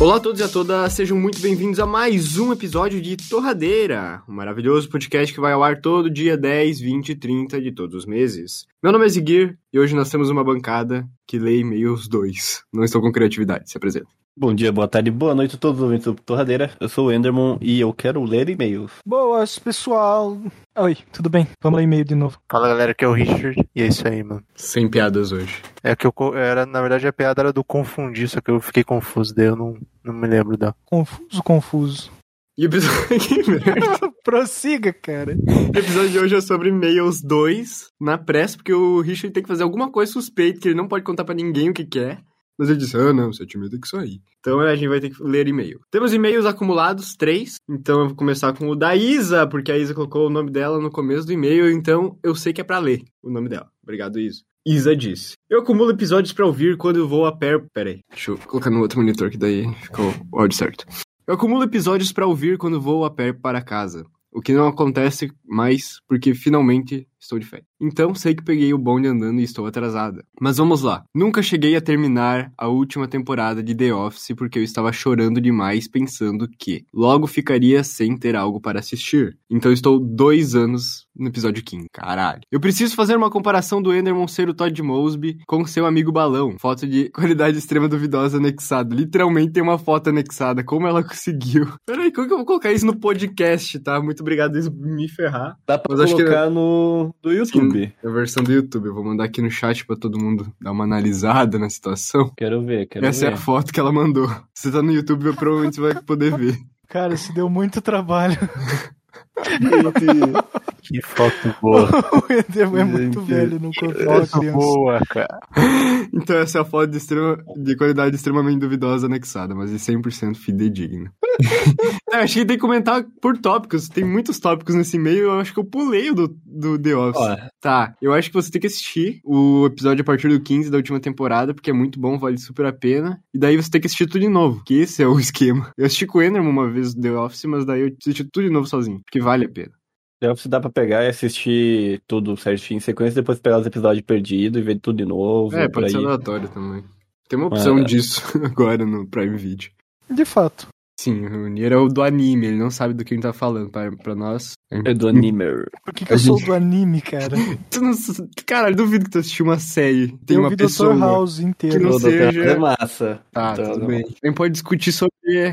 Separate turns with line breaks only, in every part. Olá a todos e a todas, sejam muito bem-vindos a mais um episódio de Torradeira, um maravilhoso podcast que vai ao ar todo dia 10, 20 e 30 de todos os meses. Meu nome é Ziguir e hoje nós temos uma bancada que lê e-mails dois. Não estou com criatividade, se apresenta.
Bom dia, boa tarde, boa noite a todos os ouvintes do Torradeira. Eu sou o Enderman e eu quero ler e-mails.
Boas, pessoal. Oi, tudo bem? Vamos ler e-mail de novo.
Fala galera, que é o Richard. E é isso aí, mano.
Sem piadas hoje.
É que eu co- era, na verdade, a piada era do confundir, só que eu fiquei confuso, daí eu não, não me lembro da.
Confuso, confuso.
E o episódio, que merda.
Prossiga, cara.
O episódio de hoje é sobre e-mails dois na pressa, porque o Richard tem que fazer alguma coisa suspeita que ele não pode contar pra ninguém o que que é. Mas ele disse, ah não, seu time tem que sair. Então a gente vai ter que ler e-mail. Temos e-mails acumulados, três. Então eu vou começar com o da Isa, porque a Isa colocou o nome dela no começo do e-mail, então eu sei que é pra ler o nome dela. Obrigado, Isa. Isa disse, eu acumulo episódios pra ouvir quando eu vou a pé... Peraí, deixa eu colocar no outro monitor que daí ficou o áudio certo. Eu acumulo episódios pra ouvir quando vou a pé para casa. O que não acontece mais porque finalmente estou de férias. Então sei que peguei o bonde andando e estou atrasada. Mas vamos lá. Nunca cheguei a terminar a última temporada de The Office porque eu estava chorando demais pensando que logo ficaria sem ter algo para assistir. Então estou dois anos no episódio 15. Caralho. Eu preciso fazer uma comparação do Enderman ser o Todd Mosby com seu amigo Balão. Foto de qualidade extrema duvidosa anexada. Literalmente tem uma foto anexada. Como ela conseguiu? Peraí, como que eu vou colocar isso no podcast, tá? Muito obrigado Isa, por me ferrar.
Dá pra
Mas acho que-
colocar no do YouTube.
É a versão do YouTube. Eu vou mandar aqui no chat pra todo mundo dar uma analisada na situação.
Quero ver, quero
Essa
ver.
é a foto que ela mandou. Se tá no YouTube, eu provavelmente vai poder ver.
Cara, se deu muito trabalho.
Que foto boa.
o Enderman é muito
Gente,
velho, não
é
Que
confia
foto
criança.
boa, cara.
Então essa é a foto de, extrema- de qualidade extremamente duvidosa anexada, mas de 100% fidedigna. eu achei que tem que comentar por tópicos. Tem muitos tópicos nesse e-mail, eu acho que eu pulei o do, do The Office.
Ó,
Tá, eu acho que você tem que assistir o episódio a partir do 15 da última temporada, porque é muito bom, vale super a pena. E daí você tem que assistir tudo de novo, que esse é o esquema. Eu assisti com o Enderman uma vez do The Office, mas daí eu assisti tudo de novo sozinho, porque vale a pena.
The Office dá pra pegar e assistir tudo certinho em sequência, depois pegar os episódios perdidos e ver tudo de novo.
É,
por
pode ser
aí.
aleatório também. Tem uma opção
Ah.
disso agora no Prime Video.
De fato.
Sim, o Nier é o do anime, ele não sabe do que ele tá falando pra, pra nós.
É do Animer.
Por que, que eu sou do anime, cara?
Tu não, caralho, duvido que tu assistiu uma série. Tem
eu
uma
vi
pessoa.
Dr. House
que
inteiro.
não
O Doutor
seja-
é massa.
Tá,
Então,
tudo
não.
bem. A gente pode discutir sobre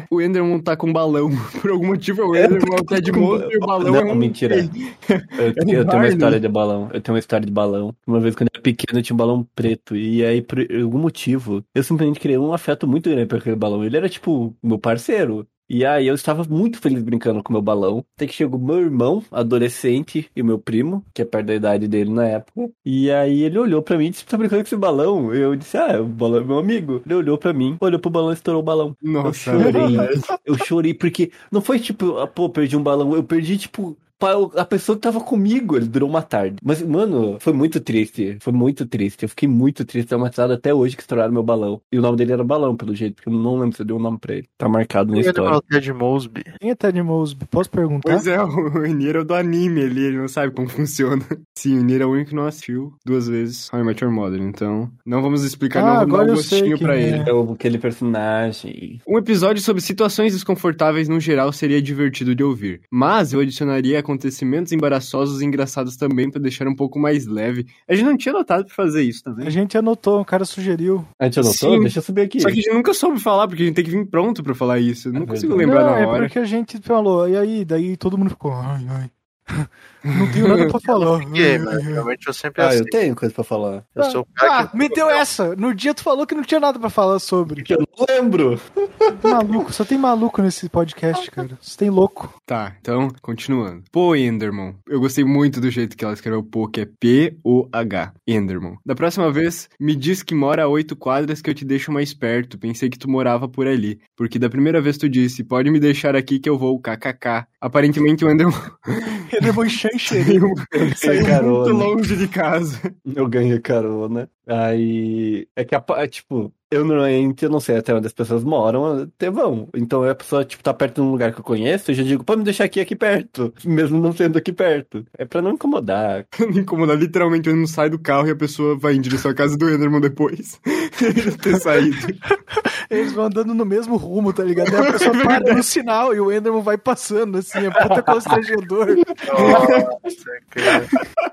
o Enderman tá com um balão. Por algum motivo é o Enderman,
tá
é o Ted Mosby e o balão
não,
é um...
mentira. Eu, eu tenho uma
Barney.
história de balão. Eu tenho uma história de balão. Uma vez quando eu era pequeno, eu tinha um balão preto. E aí, por algum motivo, eu simplesmente criei um afeto muito grande por aquele balão. Ele era, tipo, meu parceiro. E aí eu estava muito feliz brincando com meu balão. Até que chegou meu irmão, adolescente, e meu primo, que é perto da idade dele na época. E aí ele olhou pra mim e disse, tá brincando com esse balão? Eu disse, ah, o balão é meu amigo. Ele olhou pra mim, olhou pro balão e estourou o balão.
Nossa,
Eu
Tá?
chorei.
velho.
Eu chorei porque não foi tipo, ah, pô, perdi um balão. Eu perdi, tipo, pa- a pessoa que tava comigo. Ele durou uma tarde. Mas, mano, foi muito triste. Foi muito triste. Eu fiquei muito triste, traumatizado até hoje que estouraram meu balão. E o nome dele era Balão, pelo jeito, porque eu não lembro se eu dei um nome pra ele. Tá marcado na
Eu ia um
história.
falar o Ted Mosby.
Quem é Ted Mosby? Posso perguntar?
Pois é, o Nier é o do anime ali, ele não sabe como funciona. Sim, o Nier é o único que não assistiu duas vezes How I Met Your Mother, então não vamos explicar,
Ah,
não, vamos
agora
dar um
eu sei
gostinho
quem
pra
é.
ele.
É o- aquele personagem.
Um episódio sobre situações desconfortáveis no geral seria divertido de ouvir, mas eu adicionaria acontecimentos embaraçosos e engraçados também pra deixar um pouco mais leve. A gente não tinha notado pra fazer isso também.
A gente anotou, o cara sugeriu.
A gente anotou?
Sim.
Deixa eu subir aqui.
Só que a gente nunca soube falar, porque a gente tem que vir pronto pra falar isso. Eu não
É
consigo
verdade.
lembrar
não,
na
é
hora.
porque a gente falou, e aí, daí todo mundo ficou, ai, ai. Não tenho nada pra falar.
Ninguém, mas
né?
realmente eu sempre
Ah, eu
assim.
tenho coisa pra falar.
Eu sou o cara
Uhum. Ah,
que.
me deu essa! No dia tu falou que não tinha nada pra falar sobre.
Que eu não lembro.
Maluco, só tem maluco nesse podcast, cara. Só tem louco.
Tá, então, continuando. Pô, Enderman. Eu gostei muito do jeito que ela escreveu Pô, que é P-O-H. Enderman. Da próxima vez, me diz que mora a oito quadras que eu te deixo mais perto. Pensei que tu morava por ali. Porque da primeira vez tu disse, pode me deixar aqui que eu vou, kkk. Aparentemente o Enderman
Ele é xanxerê.
saiu, saiu muito
Carona.
longe de casa.
Eu ganhei carona. Aí. É que a pa- tipo, eu normalmente eu não sei até onde as pessoas moram, até vão. Então a pessoa, tipo, tá perto de um lugar que eu conheço, eu já digo, pode me deixar aqui aqui perto. Mesmo não sendo aqui perto. É pra não incomodar.
Me incomodar literalmente, o Enderman sai do carro e a pessoa vai em direção à casa do Enderman depois. Ele ter saído.
Eles vão andando no mesmo rumo, tá ligado? Aí a pessoa para no sinal e o Enderman vai passando, assim, é puta constrangedor.
Nossa, cara.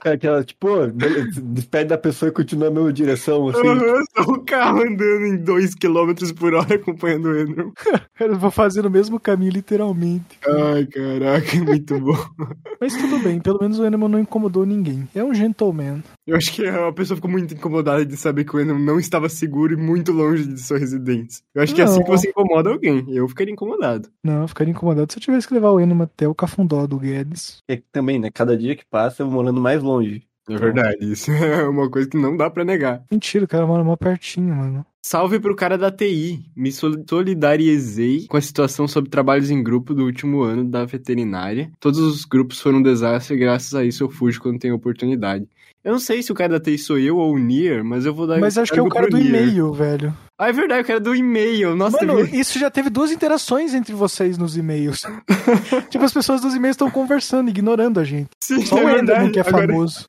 É Aquela, tipo, ó, beleza, despede da pessoa e continua a mesma direção, assim.
Aham, só o carro andando em 2 km por hora acompanhando o Enderman.
Eles vão fazer o mesmo caminho, literalmente.
Ai, caraca, muito bom.
Mas tudo bem, pelo menos o Enderman não incomodou ninguém. É um gentleman.
Eu acho que a pessoa ficou muito incomodada de saber que o Enderman não estava seguro e muito longe de sua residência. Eu acho que é assim que
Não.
você incomoda alguém. Eu ficaria incomodado.
Não, eu ficaria incomodado se eu tivesse que levar o Enderman até o cafundó do Guedes.
É que também, né? Cada dia que passa, eu vou morando mais longe.
É verdade, isso é uma coisa que não dá pra negar.
Mentira, o cara mora mó pertinho, mano.
Salve pro cara da TI. Me sol- solidarizei com a situação sobre trabalhos em grupo do último ano da veterinária. Todos os grupos foram um desastre e graças a isso eu fujo quando tenho oportunidade. Eu não sei se o cara da TI sou eu ou o Nier, mas eu vou dar
Mas acho que é o
encargo
cara
pro
do
Nier.
e-mail, velho.
Ah, é verdade, o cara do e-mail. Nossa,
Mano,
teve-
isso já teve duas interações entre vocês nos e-mails. tipo, as pessoas dos e-mails estão conversando, ignorando a gente.
Sim,
Só
é
o
verdade.
Enderman que é
Agora-
famoso.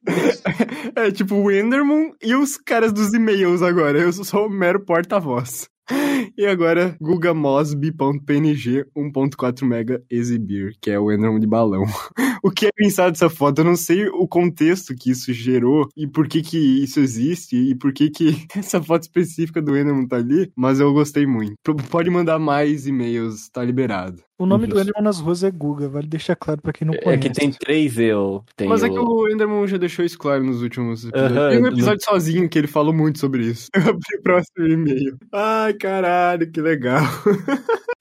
É tipo o Enderman e os caras dos e-mails agora. Eu sou só o mero porta-voz. E agora, gugamosb.png 1.4 mega exibir, que é o Enderman de balão. O que é pensado dessa foto? Eu não sei o contexto que isso gerou e por que que isso existe e por que que essa foto específica do Enderman tá ali, mas eu gostei muito. Pro- Pode mandar mais e-mails, tá liberado.
O nome do
Justo.
Enderman nas ruas é Guga, vale deixar claro pra quem não
É
conhece.
que tem três eu. Tem
Mas é
o-
que o Enderman já deixou isso claro nos últimos episódios.
Aham,
Tem um
no-
episódio sozinho que ele falou muito sobre isso. Eu abri o próximo e-mail. Ai, caralho, que legal.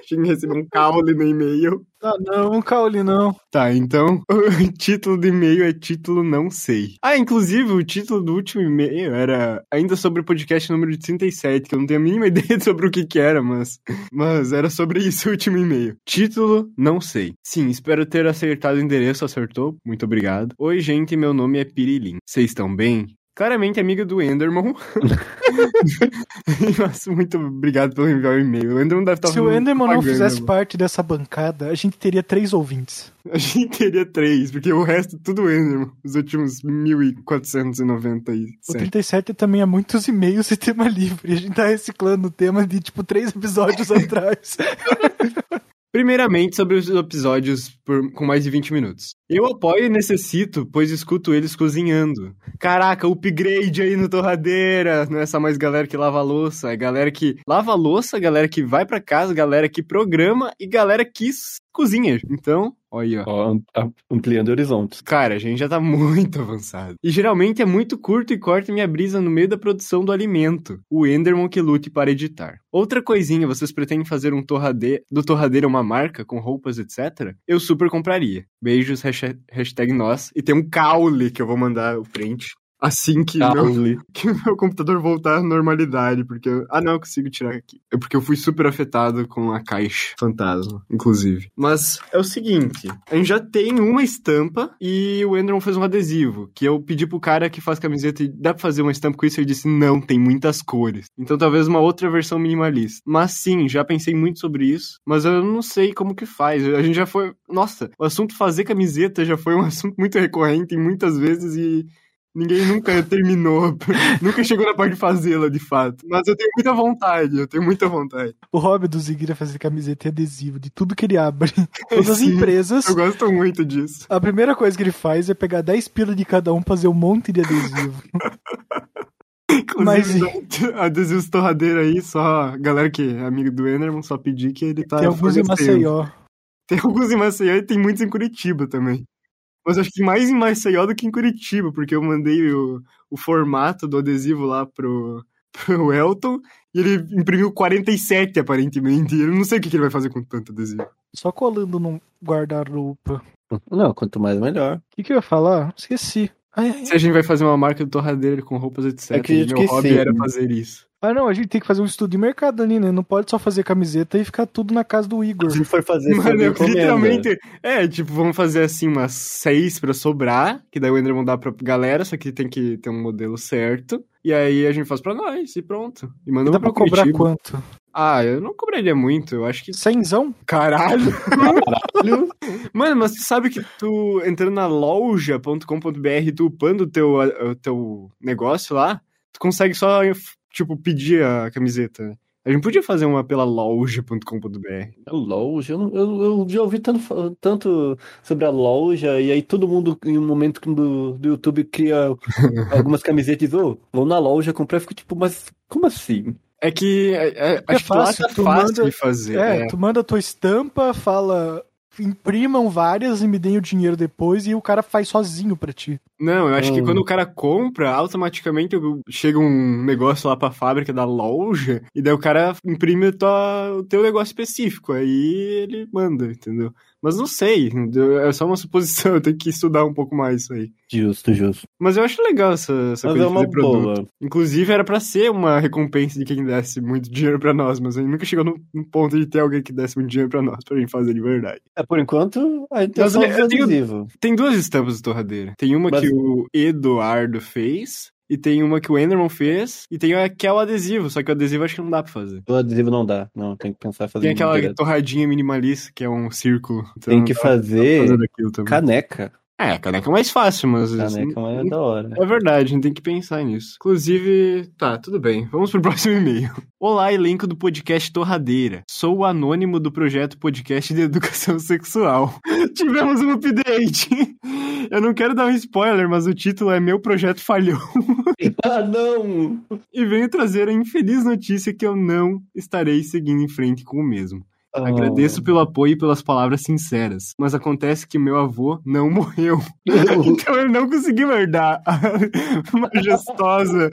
Achei que recebi um caule no e-mail.
Ah, não, Cauli, não.
Tá, então, o título do e-mail é título não sei. Ah, inclusive, o título do último e-mail era ainda sobre o podcast número 37, que eu não tenho a mínima ideia sobre o que que era, mas... Mas era sobre isso o último e-mail. Título, não sei. Sim, espero ter acertado o endereço, acertou? Muito obrigado. Oi, gente, meu nome é Pirilim. Vocês estão bem? Claramente amiga do Enderman. Mas muito obrigado pelo enviar o e-mail. O Enderman deve estar
Se o
fazendo
Enderman não
propaganda,
fizesse
mano.
parte dessa bancada, a gente teria três ouvintes.
A gente teria três, porque o resto tudo Enderman. Os últimos
O
1497.
37 também é muitos e-mails e tema livre. A gente tá reciclando o tema de, tipo, três episódios atrás.
Primeiramente, sobre os episódios por- com mais de 20 minutos. Eu apoio e necessito, pois escuto eles cozinhando. Caraca, upgrade aí no Torradeira! Não é só mais galera que lava a louça, é galera que lava a louça, galera que vai pra casa, galera que programa e galera que s- cozinha. Então, olha aí, ó.
Ó, am- am- ampliando horizontes.
Cara, a gente já tá muito avançado. E geralmente é muito curto e corta minha brisa no meio da produção do alimento. O Enderman que lute para editar. Outra coisinha, vocês pretendem fazer um torrade... do torradeira uma marca com roupas, etc? Eu super compraria. Beijos, hash- hashtag nós. E tem um caule que eu vou mandar o print. Assim que meu,
Caule.
que meu computador voltar à normalidade, porque... eu- Ah, não, eu consigo tirar aqui. É porque eu fui super afetado com a caixa fantasma, inclusive. Mas é o seguinte, a gente já tem uma estampa e o Enderman fez um adesivo, que eu pedi pro cara que faz camiseta, e dá pra fazer uma estampa com isso? Ele disse, não, tem muitas cores. Então talvez uma outra versão minimalista. Mas sim, já pensei muito sobre isso, mas eu não sei como que faz. A gente já foi... Nossa, o assunto fazer camiseta já foi um assunto muito recorrente e muitas vezes e... Ninguém nunca terminou, nunca chegou na parte de fazê-la, de fato. Mas eu tenho muita vontade, eu tenho muita vontade.
O hobby do Zig é fazer camiseta e adesivo de tudo que ele abre. Todas as
Sim,
empresas.
Eu gosto muito disso.
A primeira coisa que ele faz é pegar 10 pila de cada um, fazer um monte de adesivo. Mas-
Inclusive, adesivos torradeira aí, só galera que é amigo do Enderman, só pedir que ele tá.
Tem alguns em
fornecendo.
Maceió.
Tem alguns em Maceió e tem muitos em Curitiba também. Mas acho que mais em Maceió do que em Curitiba, porque eu mandei o, o formato do adesivo lá pro, pro Elton e ele imprimiu 47 aparentemente. E eu não sei o que, que ele vai fazer com tanto adesivo.
Só colando num guarda-roupa.
Não, quanto mais, melhor.
O que, que eu ia falar? Esqueci. Ai, ai,
Se a gente vai fazer uma marca do torradeira com roupas, etc.
Eu acredito
meu
que
hobby
sim.
era fazer isso.
Ah, não, a gente tem que fazer um estudo de mercado ali, né? Não pode só fazer camiseta e ficar tudo na casa do Igor.
Se for fazer
Mano,
sobre
eu
encomenda.
é literalmente. É, tipo, vamos fazer assim umas seis pra sobrar, que daí o Enderman dá pra galera, só que tem que ter um modelo certo. E aí a gente faz pra nós e pronto. E manda
E dá
uma
pra
pra
cobrar
Curitiba.
quanto?
Ah, eu não cobraria muito, eu acho que.
Cenzão?
Caralho! Mano, mas tu sabe que tu entrando na loja.com.br, tu upando o teu, o teu negócio lá, tu consegue só, tipo, pedir a camiseta. né? A gente podia fazer uma pela loja.com.br.
É Loja, eu, não- eu- eu já ouvi tanto, fa- tanto sobre a loja, e aí todo mundo, em um momento que do, do YouTube, cria algumas camisetas e diz, ô, vão na loja comprar, eu fico tipo, mas como assim?
É que é, é, acho que lá
fácil,
tá
tu
fácil
manda-
de fazer.
É,
né?
tu manda a tua estampa, fala. Imprimam várias e me deem o dinheiro depois e o cara faz sozinho pra ti.
Não, eu acho que
Hum.
quando o cara compra, automaticamente eu- chega um negócio lá pra fábrica da loja, e daí o cara imprime a tua- o teu negócio específico, aí ele manda, entendeu? Mas não sei, eu- é só uma suposição, eu tenho que estudar um pouco mais isso aí.
Justo, justo.
Mas eu acho legal essa, essa coisa
Mas
de
é uma
fazer produto.
boa.
Inclusive, era pra ser uma recompensa de quem desse muito dinheiro pra nós, mas a gente nunca chegou no, no ponto de ter alguém que desse muito dinheiro pra nós, pra gente fazer de verdade.
É, por enquanto, é aí tem
Mas
só
eu
os
tenho-
adesivos.
Tem duas estampas de torradeira. Tem uma
Mas-
que o Eduardo fez, e tem uma que o Enderman fez, e tem a que é o adesivo, só que o adesivo acho que não dá pra fazer.
O adesivo não dá, não, tem que pensar em fazer
Tem aquela
direto.
torradinha minimalista, que é um círculo. então
Tem que
dá pra
fazer
fazer daquilo também.
caneca.
É, a caneca é mais fácil, mas...
Caneca mas é da hora.
É verdade, a gente tem que pensar nisso. Inclusive, tá, tudo bem. Vamos pro próximo e-mail. Olá, elenco do podcast Torradeira. Sou o anônimo do projeto Podcast de Educação Sexual. Tivemos um update. Eu não quero dar um spoiler, mas o título é Meu Projeto Falhou.
Ah, não!
E venho trazer a infeliz notícia que eu não estarei seguindo em frente com o mesmo. Agradeço pelo apoio e pelas palavras sinceras, mas acontece que meu avô não morreu. Então eu não consegui herdar a majestosa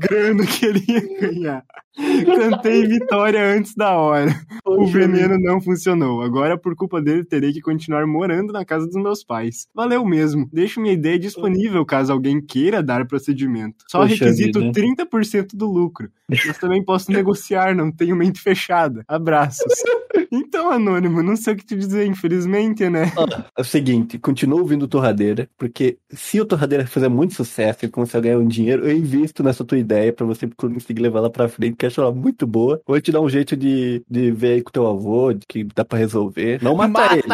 grana que ele ia ganhar. Cantei vitória antes da hora.
Ah.
O veneno não funcionou. Agora, por culpa dele, terei que continuar morando na casa dos meus pais. Valeu mesmo. Deixo minha ideia disponível caso alguém queira dar procedimento. Só
Poxa
requisito
vida.
30% do lucro. Mas também posso negociar, não tenho mente fechada. Abraços. Então, Anônimo, não sei o que te dizer, infelizmente, né?
É o seguinte, continua ouvindo o Torradeira, porque se o Torradeira fizer muito sucesso e começar a ganhar um dinheiro, eu invisto nessa tua ideia pra você conseguir levar ela pra frente, que eu acho ela muito boa. Vou te dar um jeito de, de ver aí com teu avô, de que dá pra resolver. Não matar ele.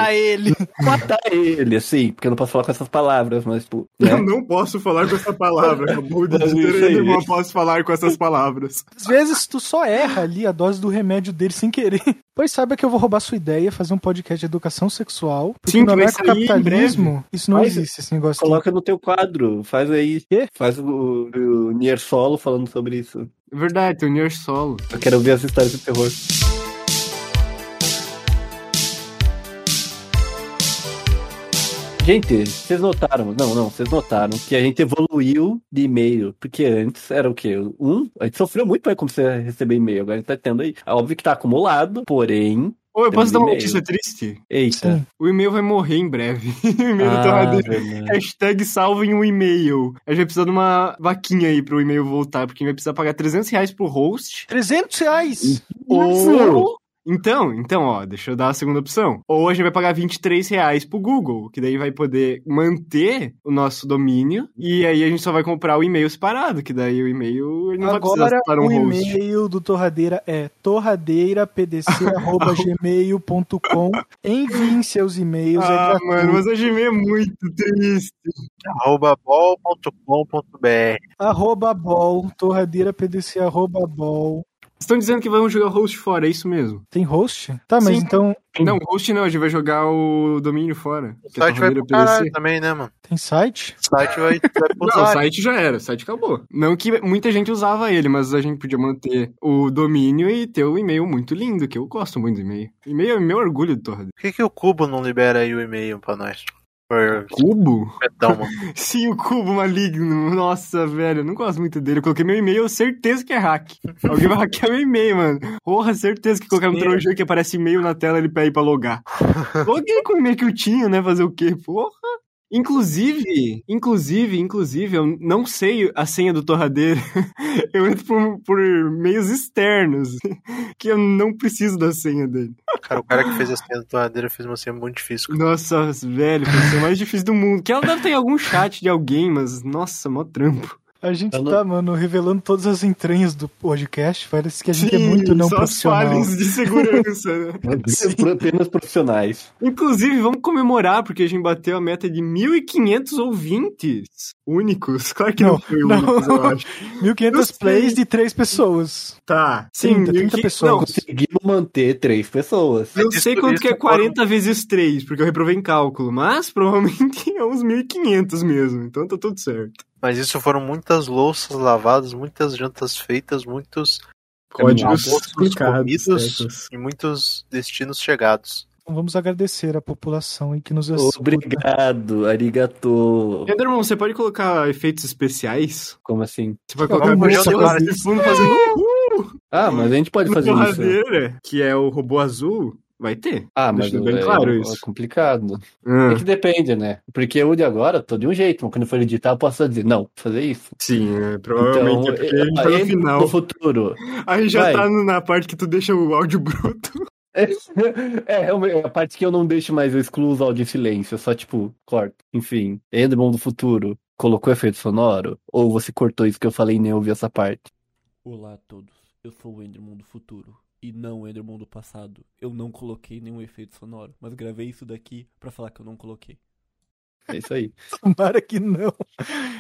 ele!
Matar ele, assim, porque eu não posso falar com essas palavras, mas, tipo, né?
Eu não posso falar com essa palavra. Acabou de
É isso
dizer, eu
aí.
não posso falar com essas palavras.
Às vezes tu só erra ali a dose do remédio dele sem querer. Pois saiba que eu vou roubar sua ideia, fazer um podcast de educação sexual. Porque
Sim,
no
que vai
anarcocapitalismo, isso não
Faz-
existe, esse negócio.
Coloca no teu quadro, faz aí.
Quê?
Faz o, o Nier Solo falando sobre isso.
Verdade, tem o Nier Solo.
Eu quero ver as histórias de terror. Gente, vocês notaram? Não, não, vocês notaram que a gente evoluiu de e-mail, porque antes era o quê? Um, a gente sofreu muito pra começar a receber e-mail, agora a gente tá tendo aí. Óbvio que tá acumulado, porém.
Ô, eu posso
Temos
dar uma
um e-mail.
notícia triste?
Eita.
Sim.
O e-mail vai morrer em breve. o e-mail
Ah.
do torradeiro.
verdade.
Hashtag salvem o e-mail. A gente vai precisar de uma vaquinha aí pro e-mail voltar, porque a gente vai precisar pagar 300 reais pro host.
300 reais!
Ou... Então, então, ó, deixa eu dar a segunda opção. Ou a gente vai pagar 23 reais pro Google, que daí vai poder manter o nosso domínio, e aí a gente só vai comprar o e-mail separado, que daí o e-mail ele não vai
Agora
precisar para
o
um host.
e-mail do Torradeira é torradeirapdc.gmail.com. Enviem seus e-mails. é
Ah,
gratuito.
mano, mas a Gmail é muito triste.
Arroba bol.com.br.
Arroba bol, torradeirapdc, arroba bol.
Estão dizendo que vão jogar o host fora, é isso mesmo?
Tem host? Tá, mas
Sim.
então
Não, o host não, a gente vai jogar o domínio fora.
O
que é
site vai
torradeira
pro caralho
PDC.
também, né, mano?
tem site?
O site vai, vai pro
Não, o
caralho.
site já era, o site acabou. Não que muita gente usava ele, mas a gente podia manter o domínio e ter o e-mail muito lindo, que eu gosto muito do e-mail. E-mail é meu orgulho do Torradeiro.
Por que, que o Cubo não libera aí o e-mail pra nós? Por
Cubo?
petão, mano.
Sim, o Cubo Maligno. Nossa, velho, eu não gosto muito dele. Eu coloquei meu e-mail, eu certeza que é hack. Alguém vai hackear meu e-mail, mano. Porra, certeza que colocaram um
Sim.
trojão que aparece e-mail na tela ele pede pra logar. Loguei com o e-mail que eu tinha, né? Fazer o quê? Porra. Inclusive, inclusive, inclusive, eu não sei a senha do torradeiro. Eu entro por, por meios externos, que eu não preciso da senha dele.
Cara, o cara que fez a senha do torradeira fez uma senha muito difícil.
Nossa, velho, foi a senha mais difícil do mundo. Que ela deve ter em algum chat de alguém, mas nossa, mó trampo.
A gente
Eu não-
tá, mano, revelando todas as entranhas do podcast. Parece que a gente é muito não
só as
profissional.
falhas de segurança. né?
Apenas pro- Apenas profissionais.
É.
Inclusive, vamos comemorar, porque a gente bateu a meta de 1.500 ouvintes únicos. Claro que não,
Não,
foi
não.
únicos, eu acho. Eu
1.500
sei.
plays de três pessoas.
Tá. Sim,
30,
1.500
30 pessoas.
Não,
Conseguimos manter três pessoas.
Eu
Isso-
sei quanto
isso
que é
foram-
40 vezes 3, porque eu reprovei em cálculo, mas provavelmente é uns 1.500 mesmo, então tá tudo certo.
Mas isso foram muitas louças lavadas, muitas jantas feitas, muitos
Códigos
almoços
explicados.
comidos
certos.
e muitos destinos chegados.
Então vamos agradecer a população aí que nos escuta.
Obrigado, arigato.
Enderman, você pode colocar efeitos especiais?
Como assim?
Você vai
Tá bom,
colocar
vamos
pessoas
jogar
de fundo fazendo
Ah, mas a gente pode
uma
fazer isso.
torradeira, que é o robô azul? Vai ter.
Ah, mas
Deixa bem
é,
claro
é
isso.
complicado. É
Ah,
que depende, né? Porque eu de agora tô de um jeito, mas quando for editar eu posso dizer, não, fazer isso. Então,
Sim, é, provavelmente é porque a gente tá
é,
no final.
no futuro.
A gente já
vai.
tá no- na parte que tu deixa o áudio bruto.
É, é uma- é a parte que eu não deixo mais, eu excluo os áudio em silêncio, eu só tipo, corto. Enfim, Enderman do futuro colocou efeito sonoro? Ou você cortou isso que eu falei e nem ouvi essa parte?
Olá a todos, eu sou o Enderman do futuro e não o Enderman do passado. Eu não coloquei nenhum efeito sonoro, mas gravei isso daqui pra falar que eu não coloquei.
É isso aí.
Tomara que não.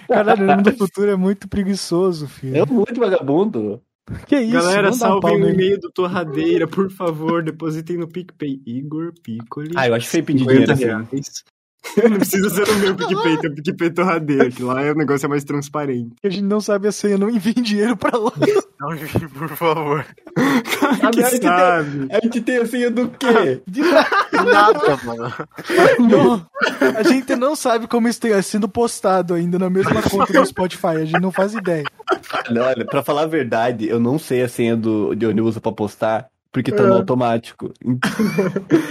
Caralho, o nome do futuro é muito preguiçoso, filho.
Eu muito vagabundo.
Que isso,
Galera,
não dá pau
salvem o
nele.
e-mail do Torradeira, por favor. Depositem no PicPay. Igor Piccoli.
Ah, eu acho feio pedir
50
dinheiro.
reais. Não precisa ser o meu PicPay, tem o PicPay Torradeira, que lá o negócio é mais transparente.
A gente não sabe a senha, não envie dinheiro pra lá.
Não, por favor.
Claro que
Aliás, que tem-
sabe.
A gente tem a senha do quê?
Nada, mano.
Não, a gente não sabe como isso tem é sendo postado ainda na mesma conta do Spotify. A gente não faz ideia.
Olha, olha, pra falar a verdade, eu não sei a senha do, de onde eu uso pra postar, porque tá no automático. Então,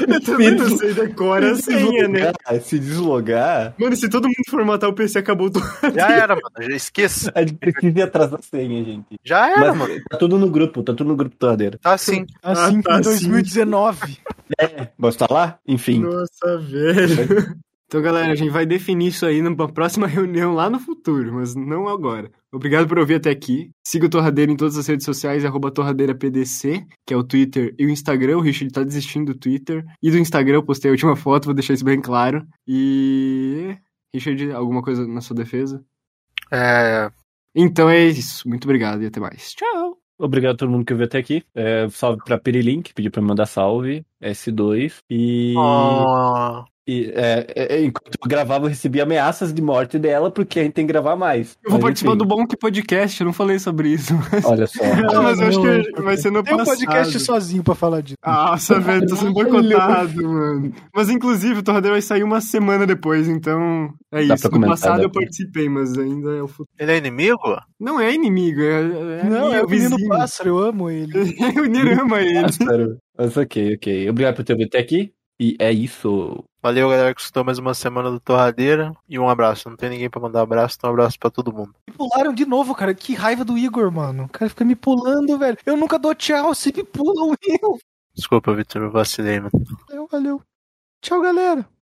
Eu também não sei decora a senha, né?
deslogar, se deslogar,
Mano, se todo mundo formatar o PC, acabou o
Já era, mano. Já esqueça.
a gente precisa ir atrás da senha, gente.
Já era, É, mano.
Mas tá tudo no grupo, tá tudo no grupo torradeira.
Tá assim.
Assim
Ah, tá,
em 2019.
Mas tá lá? Enfim.
Nossa, velho. Então, galera, a gente vai definir isso aí numa próxima reunião lá no futuro, mas não agora. Obrigado por ouvir até aqui. Siga o Torradeira em todas as redes sociais, arroba torradeirapdc, que é o Twitter e o Instagram. O Richard tá desistindo do Twitter. E do Instagram eu postei a última foto, vou deixar isso bem claro. E... Richard, alguma coisa na sua defesa?
É.
Então é isso. Muito obrigado e até mais. Tchau!
Obrigado a todo mundo que veio até aqui. É, salve pra Pirilink, pediu pra me mandar salve. S2. E.
É, ó,
e, é, é, é, enquanto eu gravava, eu recebi ameaças de morte dela, porque a gente tem que gravar mais.
Eu vou
Mas,
participar
enfim,
do Bom Que Podcast, eu não falei sobre isso.
Olha só.
Ah, mas eu acho
não,
que vai ser no
Tem um
passado.
podcast sozinho pra falar disso.
Nossa, velho, tô sendo boicotado, mano. Mas inclusive, o Torradeiro vai sair uma semana depois, então é
Dá
isso.
pra
No
comentar,
passado
dá
eu
pra-
participei, mas ainda é o futuro.
Ele é inimigo?
Não é inimigo, é, é
Não, é
meu
o menino
vizinho. É
pássaro, eu amo ele.
o Nir ama ele.
Pássaro. Mas ok, ok. Obrigado por ter vindo até aqui. E é isso.
Valeu, galera, que escutou mais uma semana do Torradeira. E um abraço. Não tem ninguém pra mandar abraço, então um abraço pra todo mundo.
Me pularam de novo, cara. Que raiva do Igor, mano. O cara fica me pulando, velho. Eu nunca dou tchau, sempre pulam eu.
Desculpa, Vitor, eu vacilei, mano.
Valeu, valeu. Tchau, galera.